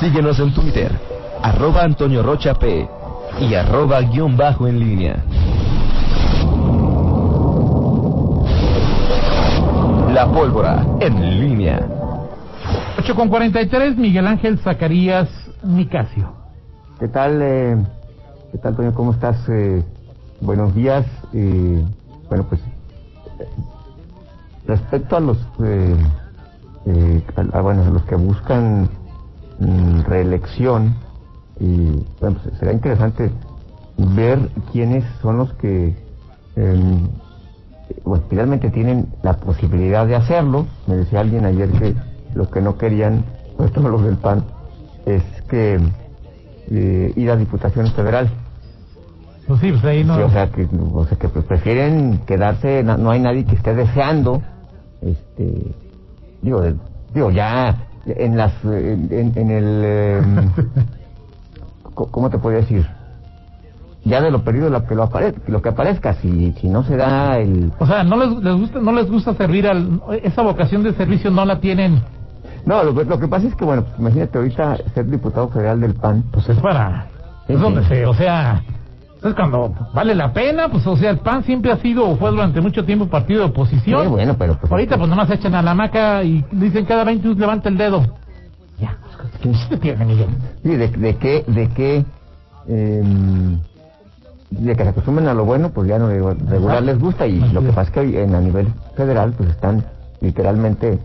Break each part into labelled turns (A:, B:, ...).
A: Síguenos en Twitter, arroba Antonio Rocha P y arroba guión bajo en línea. La pólvora en línea.
B: 8 con 43, Miguel Ángel Zacarías Nicasio.
C: ¿Qué tal, eh, qué tal, Toño? ¿Cómo estás? Eh, buenos días. Eh, bueno, pues respecto a los, eh, a, a, bueno, los que buscan mm, reelección, y bueno, pues, será interesante ver quiénes son los que em, pues, finalmente tienen la posibilidad de hacerlo. Me decía alguien ayer que los que no querían, no todos los del PAN, es que eh, ir a Diputación Federal.
B: Pues sí, pues ahí no.
C: Sí, o sea, que, o sea, que prefieren quedarse, no, no, hay nadie que esté deseando, este, digo, de, digo ya en las, en, en el, eh, ¿cómo te podría decir? Ya de lo perdido lo que lo, aparezca, lo que aparezca, si, si no se da el...
B: O sea, no les, les gusta, no les gusta servir al... Esa vocación de servicio no la tienen.
C: No, lo, lo, que pasa es que, bueno, pues, imagínate ahorita ser diputado federal del PAN.
B: Pues es para. Es sí, donde sí. se. O sea. Es cuando vale la pena, pues, o sea, el PAN siempre ha sido o fue durante mucho tiempo partido de oposición.
C: Sí, bueno, pero.
B: Pues, ahorita, pues, nomás echan a la maca y dicen cada 20 minutos levanta el dedo. Ya. ¿Qué chiste tiene, Miguel?
C: Sí, de, de qué. De qué eh, de que se acostumbren a lo bueno, pues ya no regular les gusta. Y lo que pasa es que en, a nivel federal, pues están literalmente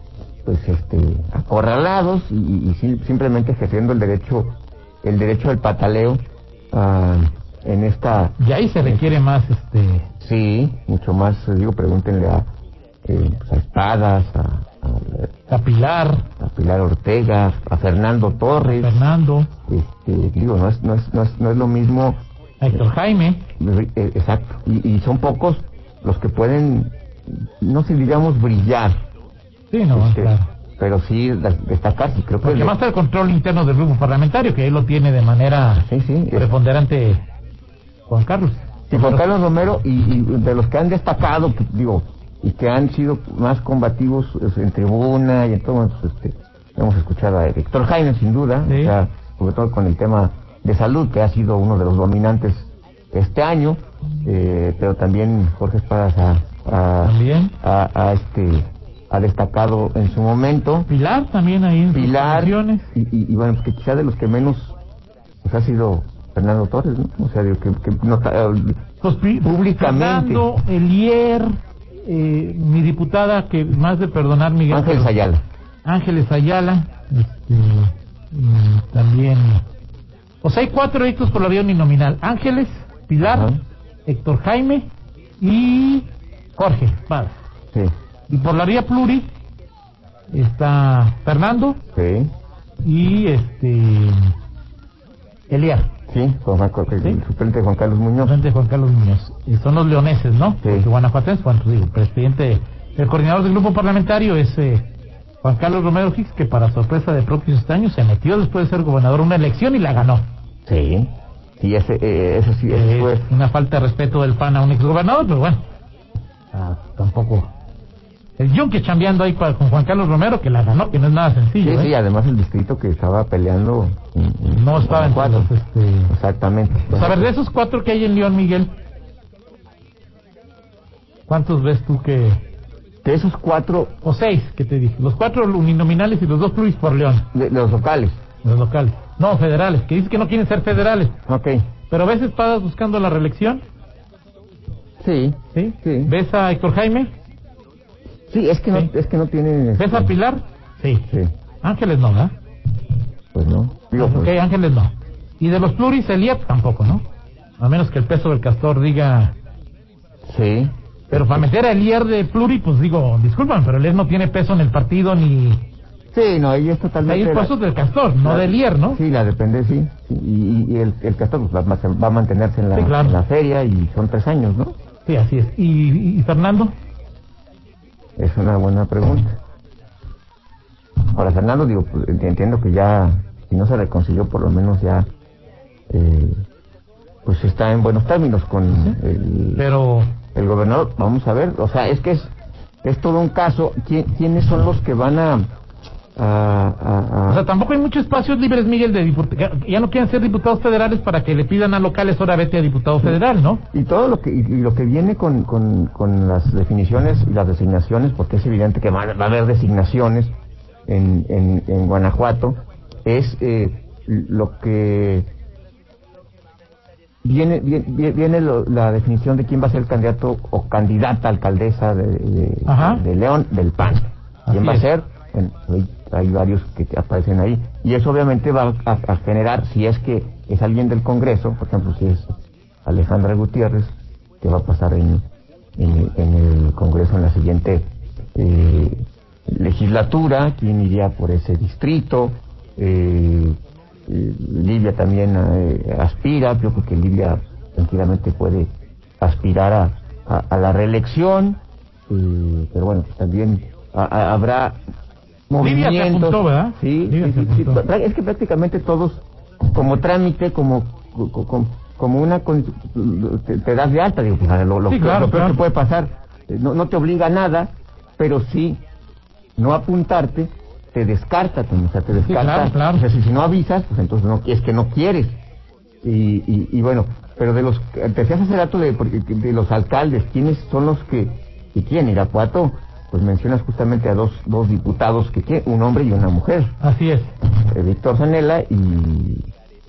C: pues este acorralados y, y, y, simplemente ejerciendo el derecho el derecho al pataleo uh, en esta
B: y ahí se requiere este, más este
C: sí mucho más digo pregúntenle a, eh, pues a espadas
B: a, a, a, Pilar
C: a Pilar Ortega a Fernando Torres
B: Fernando
C: este, digo no es no es, no es, no es lo mismo
B: a Héctor eh, Jaime
C: eh, exacto y, y son pocos los que pueden no sé digamos brillar
B: Sí, no, este, claro.
C: Pero sí destacarse, creo que...
B: Porque además está el control interno del grupo parlamentario, que ahí lo tiene de manera
C: sí, sí, este,
B: preponderante Juan Carlos.
C: Sí, Juan Carlos Romero, y, y, de los que han destacado, que, digo, y que han sido más combativos en tribuna, y entonces este, hemos escuchado a Héctor Jaime, sin duda, sí. o sea, sobre todo con el tema de salud, que ha sido uno de los dominantes este año, eh, pero también Jorge Espadas a, a, a, a este ha destacado en su momento.
B: Pilar también ahí en
C: Pilar. Y, y, y, bueno, pues que quizá de los que menos pues ha sido Fernando Torres, ¿no? O sea, digo, que, que no,
B: pues, públicamente. Fernando, Elier, eh, mi diputada que más de perdonar Miguel.
C: Ángeles Ayala.
B: Ángeles Ayala. Este, y también. O sea, hay cuatro electos por la vía uninominal. Ángeles, Pilar, Ajá. Héctor Jaime y Jorge Paz.
C: Sí.
B: Y por la vía pluri está Fernando.
C: Sí.
B: Y este. Eliar.
C: Sí, Juan, Marco, el ¿Sí? suplente Juan Carlos Muñoz.
B: Suplente Juan Carlos Muñoz. Y son los leoneses, ¿no?
C: Sí.
B: Guanajuatense, Juan, digo, el presidente, el coordinador del grupo parlamentario es eh, Juan Carlos Romero Hicks, que para sorpresa de propios extraños se metió después de ser gobernador una elección y la ganó.
C: Sí. Y ese, eh, eso sí, ese
B: eh, fue... Una falta de respeto del PAN a un exgobernador, pero bueno. Ah, tampoco el yunque chambeando ahí con Juan Carlos Romero, que la ganó, que no es nada sencillo.
C: Sí,
B: ¿eh?
C: sí, además el distrito que estaba peleando. mm,
B: No estaba en cuatro. Este...
C: Exactamente.
B: Pues a ver, de esos cuatro que hay en León, Miguel, ¿cuántos ves tú que.?
C: De esos cuatro.
B: O seis, que te dije. Los cuatro uninominales y los dos pluris por León.
C: De, los locales.
B: Los locales. No, federales, que dice que no quieren ser federales.
C: Ok.
B: ¿Pero ves espadas buscando la reelección?
C: Sí.
B: ¿Sí?
C: Sí.
B: ¿Ves a Héctor Jaime?
C: Sí, es que no, sí. es que no tienen.
B: ¿Ves a Pilar? Sí.
C: sí.
B: Ángeles no, ¿verdad?
C: Pues no.
B: Digo, pues, pues... Ok, Ángeles no. Y de los pluris, Eliab tampoco, ¿no? A menos que el peso del castor diga.
C: Sí.
B: Pero para meter a Elier de pluri, pues digo, disculpan, pero Elier no tiene peso en el partido ni.
C: Sí, no, ella es totalmente.
B: Hay pasos la... del castor, no de Elier, ¿no?
C: Sí, la depende, sí. Y, y el, el, castor pues, va, va, a mantenerse en la,
B: sí, claro.
C: en la feria y son tres años, ¿no?
B: Sí, así es. ¿Y, y Fernando?
C: Es una buena pregunta. Ahora, Fernando, digo, pues, entiendo que ya, si no se reconcilió, por lo menos ya, eh, pues está en buenos términos con el,
B: Pero...
C: el gobernador. Vamos a ver, o sea, es que es, es todo un caso. ¿Quién, ¿Quiénes son los que van a, a- a- a-
B: O sea, tampoco hay muchos espacios libres, Miguel, de diput- ya- Ya no quieren ser diputados federales para que le pidan a locales, ahora vete a diputado federal, ¿no?
C: y todo lo que y, y lo que viene con, con, con las definiciones y las designaciones, porque es evidente que va, a- va a haber designaciones en, en, en Guanajuato, es eh, lo que viene viene, viene- viene lo- la definición de quién va a ser el candidato o candidata alcaldesa de, de-
B: Ajá.
C: de León del PAN.
B: Así
C: ¿Quién va a
B: es.
C: ser? Bueno, hay, hay varios que aparecen ahí. Y eso obviamente va a, a generar, si es que es alguien del Congreso, por ejemplo, si es Alejandra Gutiérrez, que va a pasar en, en- en el Congreso en la siguiente eh, legislatura, quién iría por ese distrito. Eh, eh, Livia también eh, aspira, yo creo que Livia tranquilamente puede aspirar a, a- a la reelección, eh, pero bueno, pues también a- a- habrá
B: Livia
C: movimientos.
B: se apuntó, ¿verdad?
C: Sí,
B: Livia
C: sí,
B: se
C: sí, sí.
B: apuntó.
C: Pra- es que prácticamente todos, como trámite, como co- co- como, una con- te, te das de alta, digo, pues, a lo, lo-
B: Sí, claro,
C: lo peor
B: claro.
C: que puede pasar, eh, no, no te obliga a nada, pero sí no apuntarte te descarta, o sea, te descarta.
B: claro, claro.
C: O sea, si, si no avisas, pues entonces no, es que no quieres. Y, y, y bueno, pero de los, te decías hace rato de, porque- de los alcaldes, ¿quiénes son los que, y quién? Irapuato, pues mencionas justamente a dos, dos diputados que quieren, un hombre y una mujer,
B: Así es.
C: eh, Víctor Zanella y,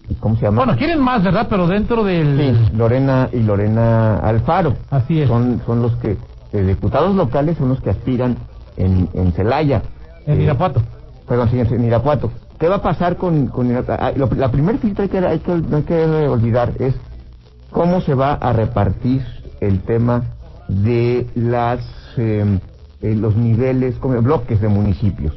C: y ¿cómo se llama?
B: Bueno, quieren más, ¿verdad? Pero dentro del...
C: Sí, Lorena y Lorena Alfaro.
B: Así es.
C: Son, son los que, eh, diputados locales son los que aspiran en, en Celaya.
B: En
C: Eh,
B: Irapuato.
C: Perdón, sí, en Irapuato. ¿Qué va a pasar con, con Irapuato? Ah, lo- la primera cita que hay que, no hay que olvidar es cómo se va a repartir el tema de las eh, eh, los niveles, como bloques de municipios.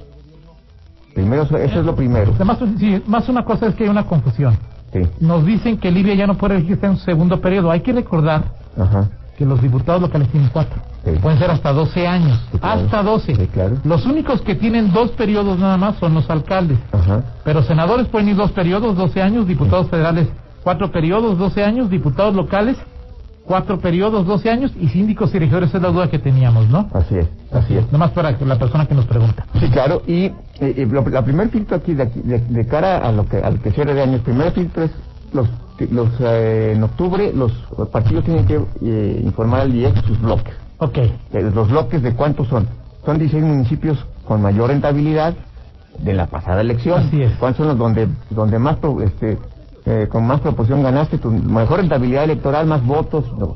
C: Primero, eso, eso es lo primero.
B: Además, sí, más una cosa es que hay una confusión.
C: Sí,
B: Nos dicen que Libia ya no puede regirse en su segundo periodo. Hay que recordar
C: ajá.
B: que los diputados locales tienen cuatro.
C: Sí.
B: Pueden ser hasta 12 años.
C: Sí, claro.
B: Hasta 12.
C: Sí, claro.
B: Los únicos que tienen dos periodos nada más son los alcaldes.
C: Ajá.
B: Pero senadores pueden ir dos periodos, 12 años, diputados federales cuatro periodos, 12 años, diputados locales cuatro periodos, 12 años y síndicos y regidores esa es la duda que teníamos, ¿no?
C: Así es, así es.
B: Nomás para que la persona que nos pregunta.
C: Sí, claro, y eh, eh, lo- la primer filtro aquí, de, aquí- de- de cara a lo que, al que cierre de año, el primer filtro es los, los eh, en octubre los partidos tienen que eh, informar al IEX sus bloques.
B: Ok.
C: Eh, los bloques de cuántos son. Son 16 municipios con mayor rentabilidad de la pasada elección.
B: Así es.
C: ¿Cuáles son los donde, donde más, pro- este, eh, con más proporción ganaste tu mejor rentabilidad electoral, más votos? No.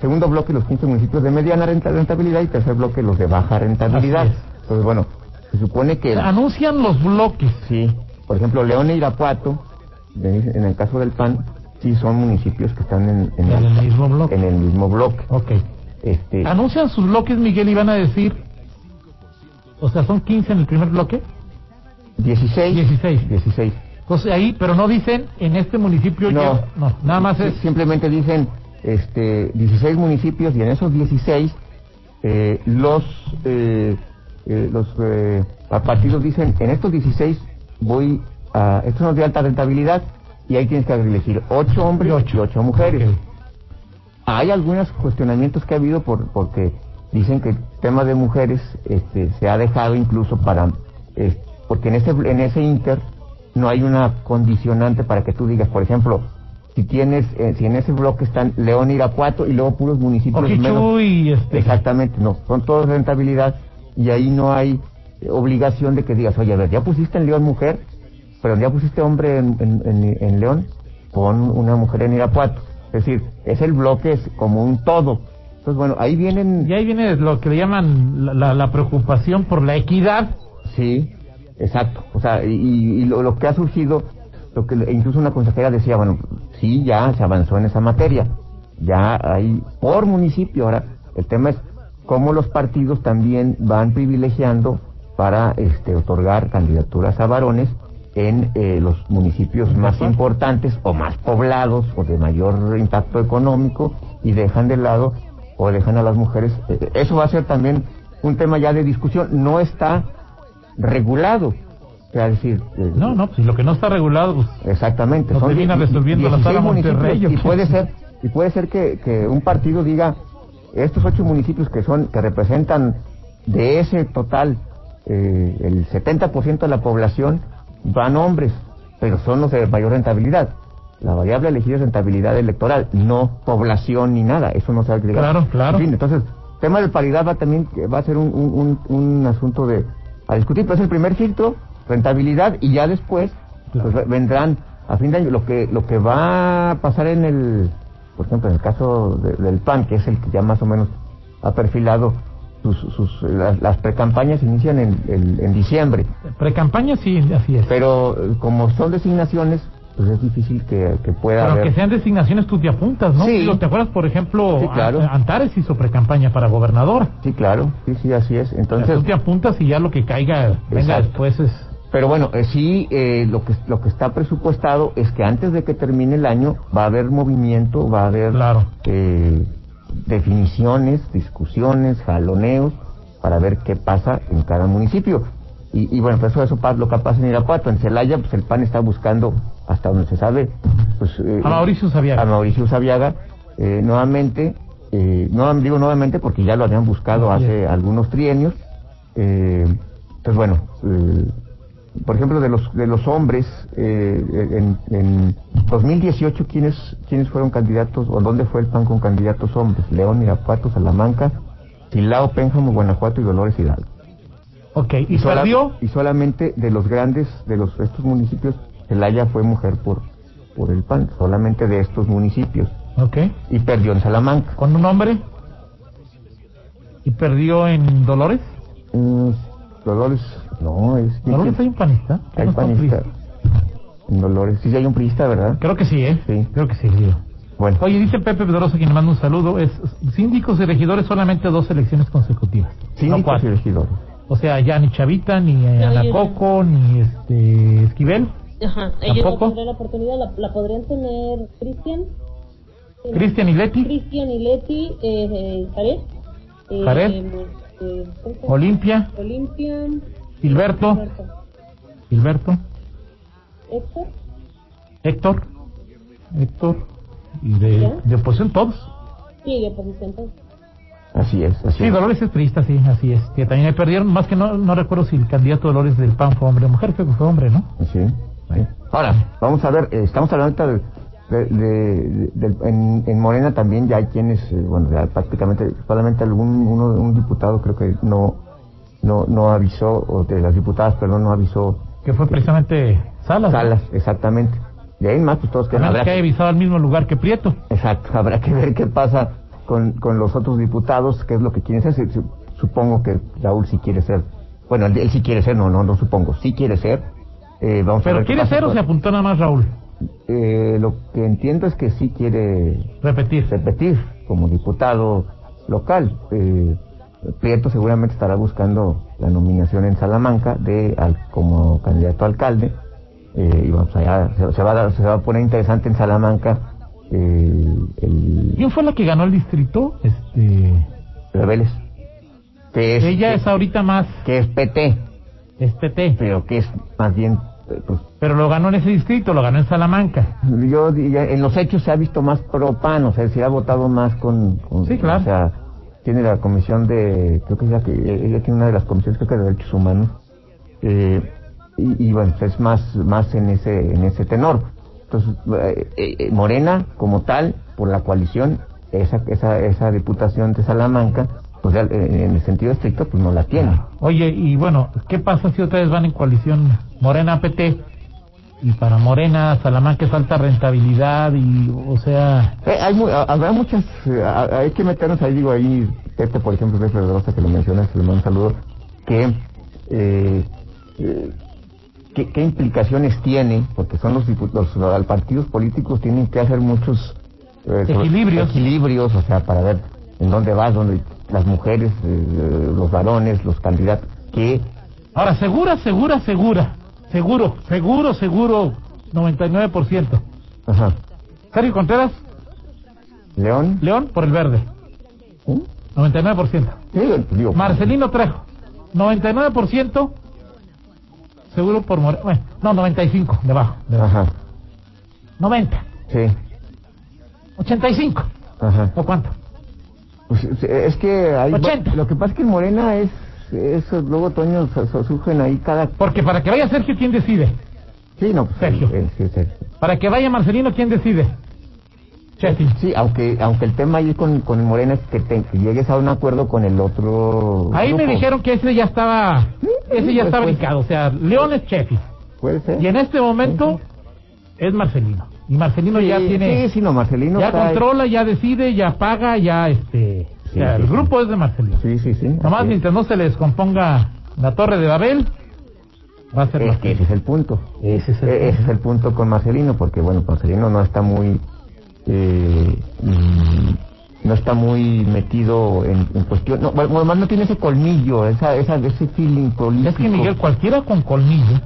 C: Segundo bloque, los 15 municipios de mediana renta- rentabilidad y tercer bloque, los de baja rentabilidad.
B: Así es. Ah,
C: Entonces, bueno, se supone que...
B: Anuncian los bloques.
C: Sí, por ejemplo, León e Irapuato, de- en el caso del PAN, sí son municipios que están en,
B: En
C: en el,
B: el mismo bloque. Ah,
C: en el mismo bloque.
B: Ok.
C: Este,
B: Anuncian sus bloques, Miguel, y van a decir. O sea, son 15 en el primer bloque.
C: 16.
B: 16.
C: 16.
B: Entonces ahí, pero no dicen en este municipio
C: No.
B: ya. No, nada más es.
C: Sí, Simplemente dicen este, 16 municipios y en esos 16 eh, los, eh, eh, los eh, pa- partidos dicen, en estos 16 voy a... Estos son los de alta rentabilidad y ahí tienes que elegir 8 hombres
B: Y
C: y
B: ocho.
C: 8, mujeres.
B: Ok.
C: Hay algunos cuestionamientos que ha habido por, porque dicen que el tema de mujeres este, se ha dejado incluso para... eh, porque en ese, en ese Inter no hay una condicionante para que tú digas, por ejemplo, si tienes, eh, si en ese bloque están León, Irapuato y luego puros municipios pues, menos...
B: Oquichu y este.
C: Exactamente, no, son todos rentabilidad y ahí no hay eh, obligación de que digas, oye, a ver, ya pusiste en León mujer, pero ya pusiste hombre en, en- en- en León, pon una mujer en Irapuato. Es decir, es el bloque es como un todo. Entonces, bueno, ahí vienen...
B: Y ahí viene lo que le llaman la, la- la preocupación por la equidad.
C: Sí, exacto. O sea, y, y lo, lo que ha surgido, lo que e incluso una consejera decía, bueno, sí, ya se avanzó en esa materia, ya hay por municipio. Ahora, el tema es cómo los partidos también van privilegiando para este, otorgar candidaturas a varones en eh, los municipios más importantes o más poblados o de mayor impacto económico y dejan de lado o dejan a las mujeres. Eh, Eso va a ser también un tema ya de discusión. No está regulado. O sea, es decir, eh,
B: No, no, pues lo que no está regulado. pues,
C: exactamente.
B: Lo termina
C: die-
B: resolviendo la
C: 16
B: sala
C: municipios
B: Monterrey, ¿o
C: Y
B: qué?
C: puede ser, y puede ser que, que un partido diga, estos ocho municipios que son, que representan de ese total eh, el 70% de la población van hombres, pero son los de mayor rentabilidad. La variable elegida es rentabilidad electoral, no población ni nada. Eso no se ha agregado.
B: Claro, claro.
C: En fin, entonces, tema de paridad va también va a ser un, un, un- un asunto de a discutir, pero es el primer filtro, rentabilidad, y ya después
B: Claro.
C: pues, vendrán a fin de año lo que lo que va a pasar en el, por ejemplo, en el caso de- del PAN, que es el que ya más o menos ha perfilado sus, sus- las, las precampañas inician en, en- en diciembre,
B: Precampaña sí, así es. Pero,
C: pero eh, como son designaciones, pues es difícil que, que pueda haber.
B: que sean designaciones tú te apuntas, ¿no?
C: Sí.
B: Digo, ¿Te acuerdas, por ejemplo,
C: Sí, claro.
B: An- Antares hizo precampaña para gobernador?
C: Sí, claro, sí, sí, así es. Entonces,
B: tú te apuntas y ya lo que caiga, venga
C: Exacto.
B: después es...
C: Pero bueno, eh, sí, eh, lo, que, lo que está presupuestado es que antes de que termine el año va a haber movimiento, va a haber
B: Claro.
C: eh, definiciones, discusiones, jaloneos, para ver qué pasa en cada municipio. Y, y bueno, pues eso, eso pa- lo que pasa en Irapuato. En Celaya, pues el PAN está buscando, hasta donde se sabe, pues... eh,
B: A Mauricio Sabiaga.
C: A Mauricio Sabiaga, eh, nuevamente, eh, no digo nuevamente porque ya lo habían buscado
B: Así
C: hace
B: es.
C: algunos trienios. Eh, entonces, bueno, eh, por ejemplo, de los de los hombres, eh, en, en 2018, ¿quiénes, ¿quiénes fueron candidatos o dónde fue el PAN con candidatos hombres? León, Irapuato, Salamanca, Silao, Pénjamo, Guanajuato y Dolores Hidalgo.
B: Ok, y
C: sola-
B: perdió
C: y solamente de los grandes, de los estos municipios, Celaya fue mujer por, por el PAN, solamente de estos municipios.
B: Ok.
C: Y perdió en Salamanca.
B: ¿Con un hombre? ¿Y perdió en Dolores?
C: Mm, Dolores, no, es...
B: ¿Dolores hay un panista? ¿Qué
C: Hay
B: no está un
C: panista.
B: priista?
C: En Dolores, sí, sí hay un priista, ¿verdad?
B: Creo que sí, ¿eh?
C: Sí.
B: Creo que sí, digo.
C: Bueno,
B: Oye, dice Pepe Pedrosa, quien le manda un saludo, es síndicos y regidores solamente dos elecciones consecutivas. no
C: síndicos y
B: cuatro.
C: regidores.
B: O sea, ya ni Chavita, ni eh,
D: No,
B: Ana
D: yo no.
B: Coco, ni este Esquivel.
D: Ajá, ellos
B: ¿Tampoco?
D: no tendrán la oportunidad, la, la podrían tener Cristian. Eh,
B: Cristian y Leti,
D: Cristian y Leti, eh, eh, Jared. Eh,
B: Jared.
D: eh, eh, ¿cómo se llama?
B: Olimpia,
D: Olimpia.
B: Gilberto,
D: Roberto.
B: Gilberto,
D: Héctor.
B: Héctor, Héctor, y de,
D: ¿Ya?
B: de oposición todos.
D: Sí, de pues. oposición. entonces.
C: Así es, así
B: Sí,
C: es.
B: Dolores es priista, sí, así es. Que también ahí perdieron, más que no, no recuerdo si el candidato Dolores del PAN fue hombre o mujer, creo que fue hombre, ¿no?
C: Sí, ahí. Ahora, vamos a ver, eh, estamos hablando ahorita de, de- de- de- en, en Morena también ya hay quienes, eh, bueno, ya prácticamente, solamente algún uno, un diputado creo que no, no, no avisó, o de las diputadas, perdón, no avisó
B: Que fue precisamente Salas. ¿no?
C: Salas, exactamente. De ahí en más, pues todos
B: A
C: que
B: menos
C: habrá
B: que haya visado al mismo lugar que Prieto.
C: Exacto, habrá que ver qué pasa con, con los otros diputados, qué es lo que quieren ser. Su- Supongo que Raúl sí quiere ser. Bueno, él, él sí quiere ser, no, no, no supongo. Sí quiere ser. Eh, vamos a
B: Pero
C: ver qué
B: quiere
C: pasa
B: ser o
C: con-
B: se apuntó nada más Raúl.
C: Eh, lo que entiendo es que sí quiere
B: Repetir.
C: repetir como diputado local. Eh, Prieto seguramente estará buscando la nominación en Salamanca de al, como candidato a alcalde. Eh, y vamos allá, se, se va a, dar- se va a poner interesante en Salamanca eh, el,
B: ¿Quién fue la que ganó el distrito? Este.
C: Rebeles. Que es,
B: Ella
C: que,
B: es ahorita más
C: que es PT,
B: este T,
C: pero que es más bien, eh, pues,
B: pero lo ganó en ese distrito, lo ganó en Salamanca.
C: yo diría, en los hechos se ha visto más pro PAN, o sea, se ha votado más con... con-
B: Sí, claro.
C: O sea, tiene la comisión de, creo que es la que, ella tiene una de las comisiones, creo que de derechos humanos, eh, y, y, bueno, es más, más en ese, en ese tenor. Entonces, eh, eh, Morena, como tal, por la coalición, esa, esa, esa diputación de Salamanca, pues ya, eh, en el sentido estricto, pues no la tiene.
B: Oye, y bueno, ¿qué pasa si otra vez van en coalición Morena PT? Y para Morena, Salamanca es alta rentabilidad y, o sea,
C: Eh, hay, mu- ha- habrá muchas, eh, ha- hay que meternos ahí, digo, ahí, Pepe, por ejemplo, Pepe Pedrosa, que lo mencionas, le mando un saludo, que, eh, eh, qué, qué implicaciones tiene, porque son los, dipu- los, los partidos políticos tienen que hacer muchos eh, sobre-
B: Equilibrios.
C: equilibrios, o sea, para ver en dónde vas, dónde las mujeres, eh, los varones, los candidatos, que
B: ahora segura, segura, segura, seguro, seguro, seguro, 99%.
C: ajá,
B: Sergio Contreras,
C: León,
B: León por el verde,
C: ¿sí?
B: 99%.
C: Digo, digo,
B: Marcelino Trejo, 99%, seguro por Morena, bueno, no, 95, debajo, debajo.
C: ajá,
B: 90,
C: sí,
B: 85,
C: ajá.
B: ¿o cuánto?
C: Pues, es que hay,
B: 80.
C: lo que pasa es que en Morena es esos luego Toño su- su- surgen ahí cada.
B: Porque para que vaya Sergio, ¿quién decide?
C: Sí, no, pues,
B: Sergio.
C: eh, sí, Sergio.
B: Para que vaya Marcelino, ¿quién decide? Chefi.
C: Sí, aunque aunque el tema ahí con, con Morena es que, te- que llegues a un acuerdo con el otro.
B: Ahí me
C: grupo.
B: dijeron que ese ya estaba, ese ya está
C: Después.
B: brincado. O sea, León es Chefi.
C: Puede ser.
B: Y en este momento es Marcelino. Y Marcelino ya
C: Sí,
B: tiene,
C: Sí, sí, no, Marcelino.
B: ya
C: está ahí.
B: controla, ya decide, ya paga, ya este. o
C: Sí,
B: sea,
C: sí,
B: el
C: sí.
B: grupo es de Marcelino.
C: Sí, sí, sí.
B: Nomás
C: así es.
B: mientras no se le descomponga la Torre de Babel, va a ser
C: Es
B: Marcelino.
C: que ese es el punto.
B: Este, Ese es el
C: E-
B: punto.
C: punto con Marcelino, porque bueno, Marcelino no está muy. eh, mm, no está muy metido en, en cuestión. No, bueno, además no tiene ese colmillo, esa, esa, ese feeling político.
B: Es que Miguel, cualquiera con colmillo,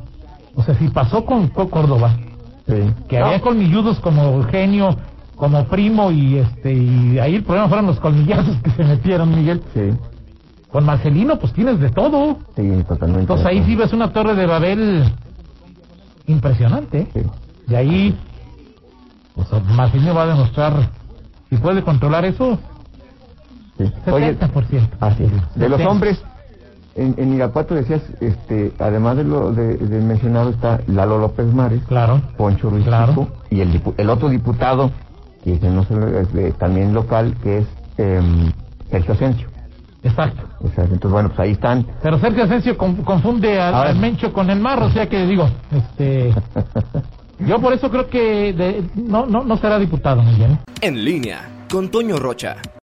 B: o sea, si pasó con, con Córdoba,
C: Sí.
B: que
C: No,
B: había colmilludos como Eugenio, como primo y este y ahí el problema fueron los colmillazos que se metieron, Miguel.
C: Sí,
B: Con Marcelino pues tienes de todo.
C: sí, totalmente.
B: Entonces Pues ahí sí ves una torre de Babel impresionante. ¿eh?
C: Sí.
B: Y ahí pues Marcelino va a demostrar si puede controlar eso
C: sí. Oye,
B: 70%.
C: así es. De los
B: 70.
C: hombres, en, en Irapuato decías, este, además de lo de, del mencionado está Lalo López Mares.
B: Claro.
C: Poncho Ruiz
B: Claro.
C: Chico, y el, dipu- el otro diputado, que ese no se lo- es de- también local, que es em, Sergio Asensio.
B: Exacto.
C: O sea, entonces, bueno, pues ahí están.
B: Pero Sergio Asensio con- confunde al,
C: Ahora-
B: al Mencho con el Marro, o sea que digo, este yo por eso creo que de- no, no, no será diputado, Miguel.
E: En línea con Toño Rocha.